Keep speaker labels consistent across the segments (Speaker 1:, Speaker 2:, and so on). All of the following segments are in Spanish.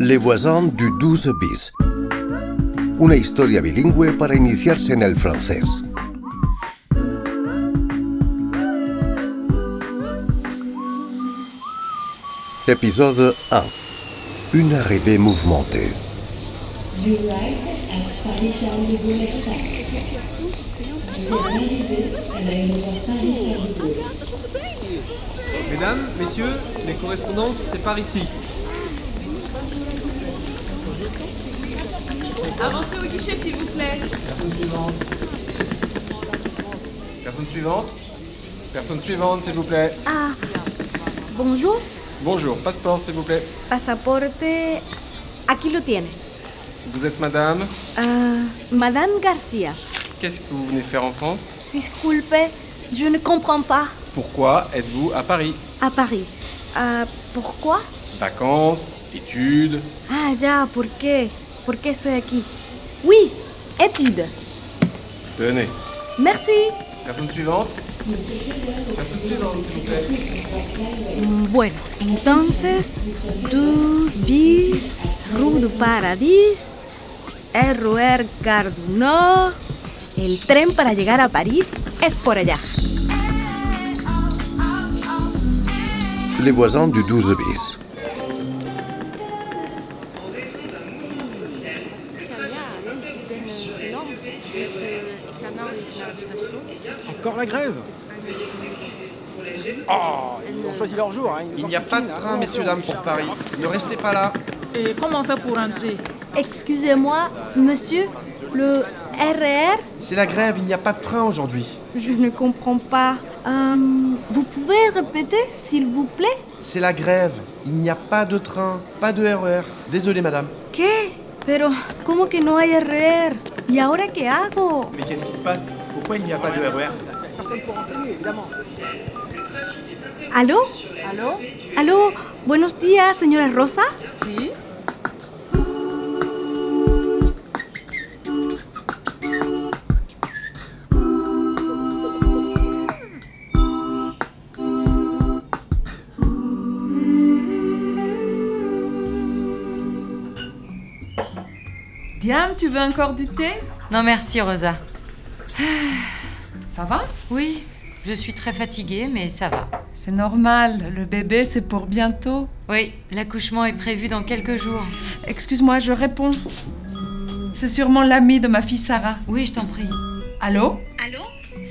Speaker 1: Les voisins du 12 bis. Una historia bilingüe para iniciarse en el francés. Épisode 1. Une arrivée mouvementée.
Speaker 2: You arrived at Paris Charles de Gaulle Airport. Vous êtes arrivé à l'aéroport Paris Charles de Gaulle.
Speaker 3: Mesdames, messieurs, les correspondances, c'est par ici.
Speaker 4: Avancez au guichet, s'il vous plaît.
Speaker 3: Personne suivante. Personne suivante. Personne suivante, s'il vous plaît.
Speaker 5: Ah, bonjour,
Speaker 3: Bonjour, passeport, s'il vous plaît.
Speaker 5: pasaporte. Aquí lo tiene.
Speaker 3: Vous êtes madame.
Speaker 5: Ah, Madame García,
Speaker 3: Qu'est-ce que vous venez faire en France
Speaker 5: disculpe, je ne comprends pas.
Speaker 3: Pourquoi êtes-vous à Paris
Speaker 5: À Paris. Ah, pourquoi
Speaker 3: Vacances, études.
Speaker 5: Ah, ya, ¿por qué? ¿Por qué estoy aquí? Oui, études.
Speaker 3: Tenez.
Speaker 5: Merci.
Speaker 3: Personne suivante. Personne suivante, s'il vous plaît.
Speaker 5: Mm, Bueno, entonces, tus bis, rue du paradis, RR Cardunó. El tren para llegar a París es por allá.
Speaker 1: Les voisins du 12 bis.
Speaker 6: Encore la grève ils ont choisi leur jour.
Speaker 7: Il n'y a pas de train, messieurs, dames, pour Paris. Ne restez pas là.
Speaker 4: Et comment faire pour entrer
Speaker 5: Excusez-moi, monsieur, le RR,
Speaker 7: C'est la grève, il n'y a pas de train aujourd'hui.
Speaker 5: je ne comprends pas. Euh, vous pouvez répéter, s'il vous plaît
Speaker 7: C'est la grève, il n'y a pas de train, pas de RER. Désolé, madame.
Speaker 5: ¿Qué? Pero, ¿cómo que no hay RR? ¿Y ahora qué hago?
Speaker 3: Mais qu'est-ce qui se passe
Speaker 7: Pourquoi il n'y a pas de E RER
Speaker 5: ¿Aló?
Speaker 4: Allô
Speaker 5: ¿Aló? Buenos días, señora Rosa.
Speaker 4: Si
Speaker 8: Diane, tu veux encore du thé
Speaker 9: Non merci Rosa.
Speaker 8: Ça va
Speaker 9: Oui, je suis très fatiguée, mais ça va.
Speaker 8: C'est normal, le bébé c'est pour bientôt.
Speaker 9: Oui, l'accouchement est prévu dans quelques jours.
Speaker 8: Excuse-moi, je réponds. C'est sûrement l'ami de ma fille Sarah.
Speaker 9: Oui, je t'en prie.
Speaker 8: Allô
Speaker 5: ¿Aló?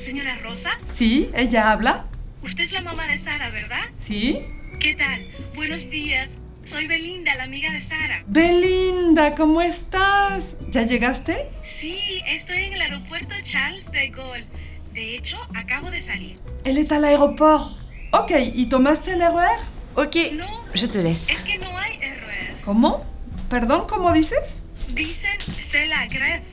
Speaker 5: Señora Rosa,
Speaker 8: Si, ella habla
Speaker 5: usted es la mamá de Sara, ¿verdad?
Speaker 8: Si
Speaker 5: ¿Qué tal? Buenos días. Soy Belinda, la amiga de Sara.
Speaker 8: Belinda, ¿cómo estás ¿Ya llegaste
Speaker 5: Sí, estoy en el aeropuerto Charles de Gaulle. De hecho, acabo de salir.
Speaker 8: Elle est à l'aéroport. Ok, ¿y tomaste el RER
Speaker 9: Ok,
Speaker 5: No,
Speaker 9: je te laisse.
Speaker 5: es que no hay error.
Speaker 8: ¿Cómo? Perdón, ¿cómo dices
Speaker 5: Dicen se la greve.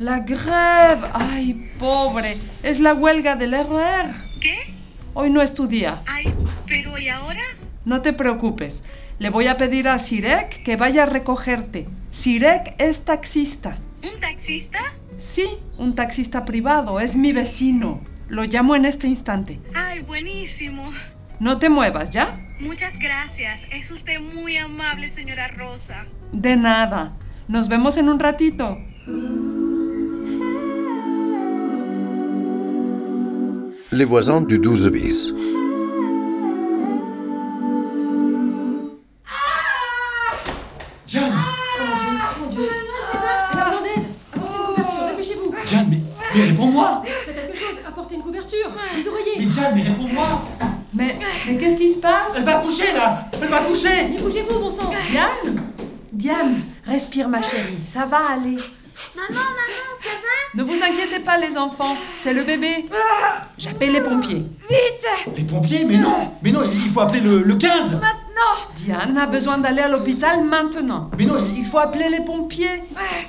Speaker 8: La grève. Ay, pobre. Es la huelga del RER.
Speaker 5: ¿Qué?
Speaker 8: Hoy no es tu día.
Speaker 5: Ay, pero ¿y ahora?
Speaker 8: No te preocupes. Le voy a pedir a Sirek que vaya a recogerte. Sirek es taxista.
Speaker 5: ¿Un taxista?
Speaker 8: Sí, un taxista privado. Es mi vecino. Lo llamo en este instante.
Speaker 5: Ay, buenísimo.
Speaker 8: No te muevas, ¿ya?
Speaker 5: Muchas gracias. Es usted muy amable, señora Rosa.
Speaker 8: De nada. Nos vemos en un ratito.
Speaker 1: Les voisins du 12 bis.
Speaker 10: Jeanne Jeanne, mais, mais réponds-moi Apportez une couverture, des oreillers Mais Jeanne, mais réponds-moi
Speaker 8: Mais, mais qu'est-ce qui se passe
Speaker 10: Elle va coucher, là Elle va coucher
Speaker 8: Diane Diane, respire ma chérie, ça va aller. Maman, maman, ça va Ne vous inquiétez pas les enfants, c'est le bébé. J'appelle les pompiers.
Speaker 10: Les pompiers Mais non Mais non, il faut appeler le, le 15
Speaker 8: Diane a besoin d'aller à l'hôpital maintenant.
Speaker 10: Mais non, il-
Speaker 8: Il faut appeler les pompiers.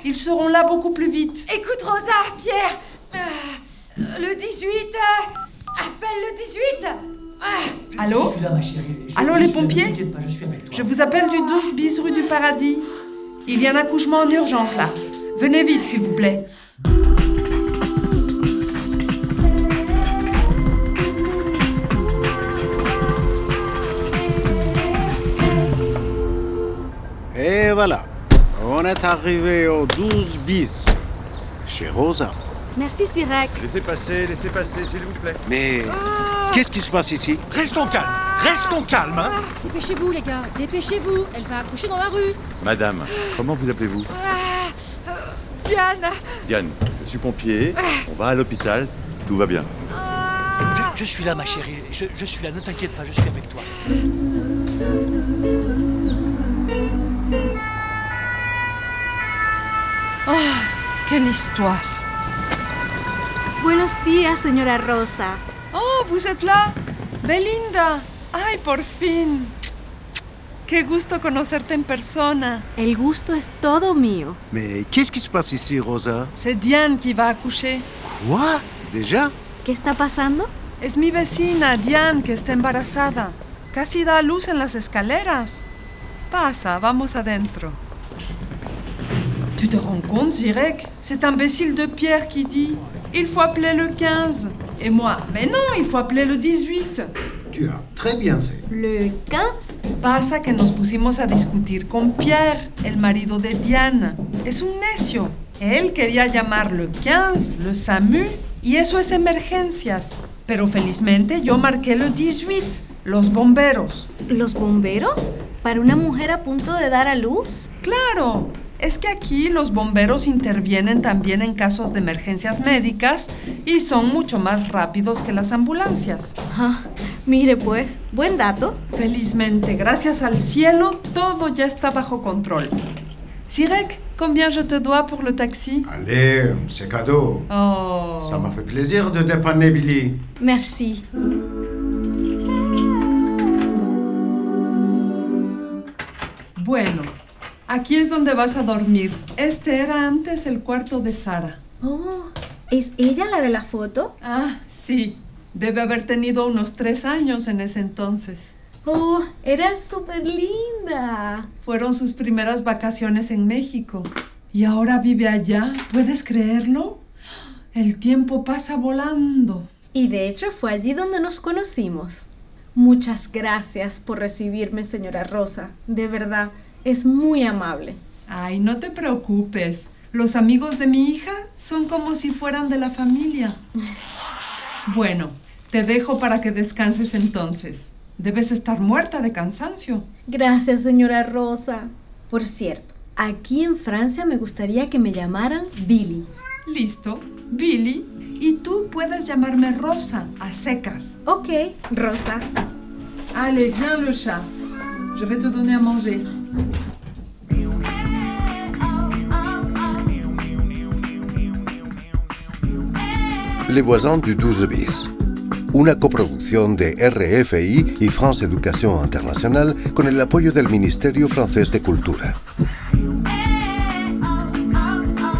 Speaker 8: Ils seront là beaucoup plus vite.
Speaker 11: Écoute Rosa, Pierre, euh, le 18, euh, appelle le Euh. 18.
Speaker 8: Allô
Speaker 10: Je suis là, ma chérie. Je-
Speaker 8: Allô,
Speaker 10: je
Speaker 8: les
Speaker 10: suis là, ne
Speaker 8: pompiers
Speaker 10: t'inquiète pas, je suis avec toi.
Speaker 8: Je vous appelle du 12 bis rue du Paradis. Il y a un accouchement en urgence là. Venez vite, s'il vous plaît.
Speaker 6: Eh
Speaker 12: Et voilà, on est arrivé au 12 bis, chez Rosa.
Speaker 5: Merci Sirac.
Speaker 3: Laissez passer, laissez passer, s'il vous plaît.
Speaker 12: Mais qu'est-ce qui se passe ici
Speaker 10: Restons calmes, restons calmes, hein
Speaker 13: Dépêchez-vous, les gars, dépêchez-vous. Elle va accoucher dans la rue.
Speaker 14: Madame, comment vous appelez-vous
Speaker 11: Diane
Speaker 14: Diane, je suis pompier, on va à l'hôpital, tout va bien.
Speaker 10: je, je suis là, ma chérie, je, je suis là, ne t'inquiète pas, je suis avec toi.
Speaker 8: Oh, quelle histoire
Speaker 5: Buenos días, señora Rosa.
Speaker 8: Oh, vous êtes là Belinda Ay, por fin Qué gusto conocerte en persona
Speaker 5: El gusto es todo mío.
Speaker 12: Mais qu'est-ce qui se passe ici, Rosa
Speaker 8: C'est Diane qui va accoucher.
Speaker 12: Quoi Déjà
Speaker 5: ¿Qué está pasando?
Speaker 8: Es mi vecina, Diane, que está embarazada. Casi da a luz en las escaleras. Pasa, vamos adentro. Tu te rends compte, Zirek Cet imbécile de Pierre qui dit Il faut appeler le 15. Et moi Mais non, il faut appeler le 18.
Speaker 10: Tu as très bien fait.
Speaker 5: Le 15
Speaker 8: Pasa que nos pusimos a discutir con Pierre, el marido de Diana. Es un necio. Él quería llamar le 15, le SAMU, y eso es emergencias. Pero felizmente yo marqué le 18, los bomberos.
Speaker 5: ¿Los bomberos? ¿Para una mujer a punto de dar a luz?
Speaker 8: Claro, es que aquí los bomberos intervienen también en casos de emergencias médicas y son mucho más rápidos que las ambulancias.
Speaker 5: Ah, mire pues, buen dato.
Speaker 8: Felizmente, gracias al cielo, todo ya está bajo control. Sirek, combien je te dois pour le taxi
Speaker 14: Allez, c'est cadeau.
Speaker 8: Oh.
Speaker 14: Ça m'a fait plaisir de dépanner Billy.
Speaker 5: Merci.
Speaker 8: Bueno, aquí es donde vas a dormir. Este era antes el cuarto de Sara.
Speaker 5: Oh, ¿es ella la de la foto?
Speaker 8: Ah, sí. Debe haber tenido unos tres años en ese entonces.
Speaker 5: Oh, era súper linda.
Speaker 8: Fueron sus primeras vacaciones en México. Y ahora vive allá. ¿Puedes creerlo? El tiempo pasa volando.
Speaker 5: Y de hecho fue allí donde nos conocimos. Muchas gracias por recibirme, señora Rosa. De verdad, es muy amable.
Speaker 8: Ay, no te preocupes. Los amigos de mi hija son como si fueran de la familia. Bueno, te dejo para que descanses entonces. Debes estar muerta de cansancio.
Speaker 5: Gracias, señora Rosa. Por cierto, aquí en Francia me gustaría que me llamaran Billy.
Speaker 8: Listo, Billy. Y tú puedes llamarme Rosa, a secas.
Speaker 5: Ok, Rosa.
Speaker 8: Allez, viens le chat. Je vais te donner à manger.
Speaker 1: Les voisins du 12 bis. Una coproducción de RFI y France Education International con el apoyo del Ministerio Francés de Cultura.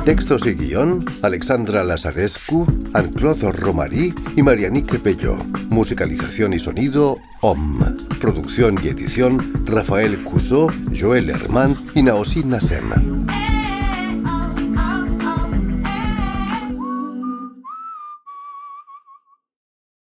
Speaker 1: Textos y guión, Alexandra Lazarescu, Anne-Claude Romary y Marianique Pello. Musicalización y sonido, OM. Producción y edición, Rafael Cusó, Joel Herman y Naosin Nassem.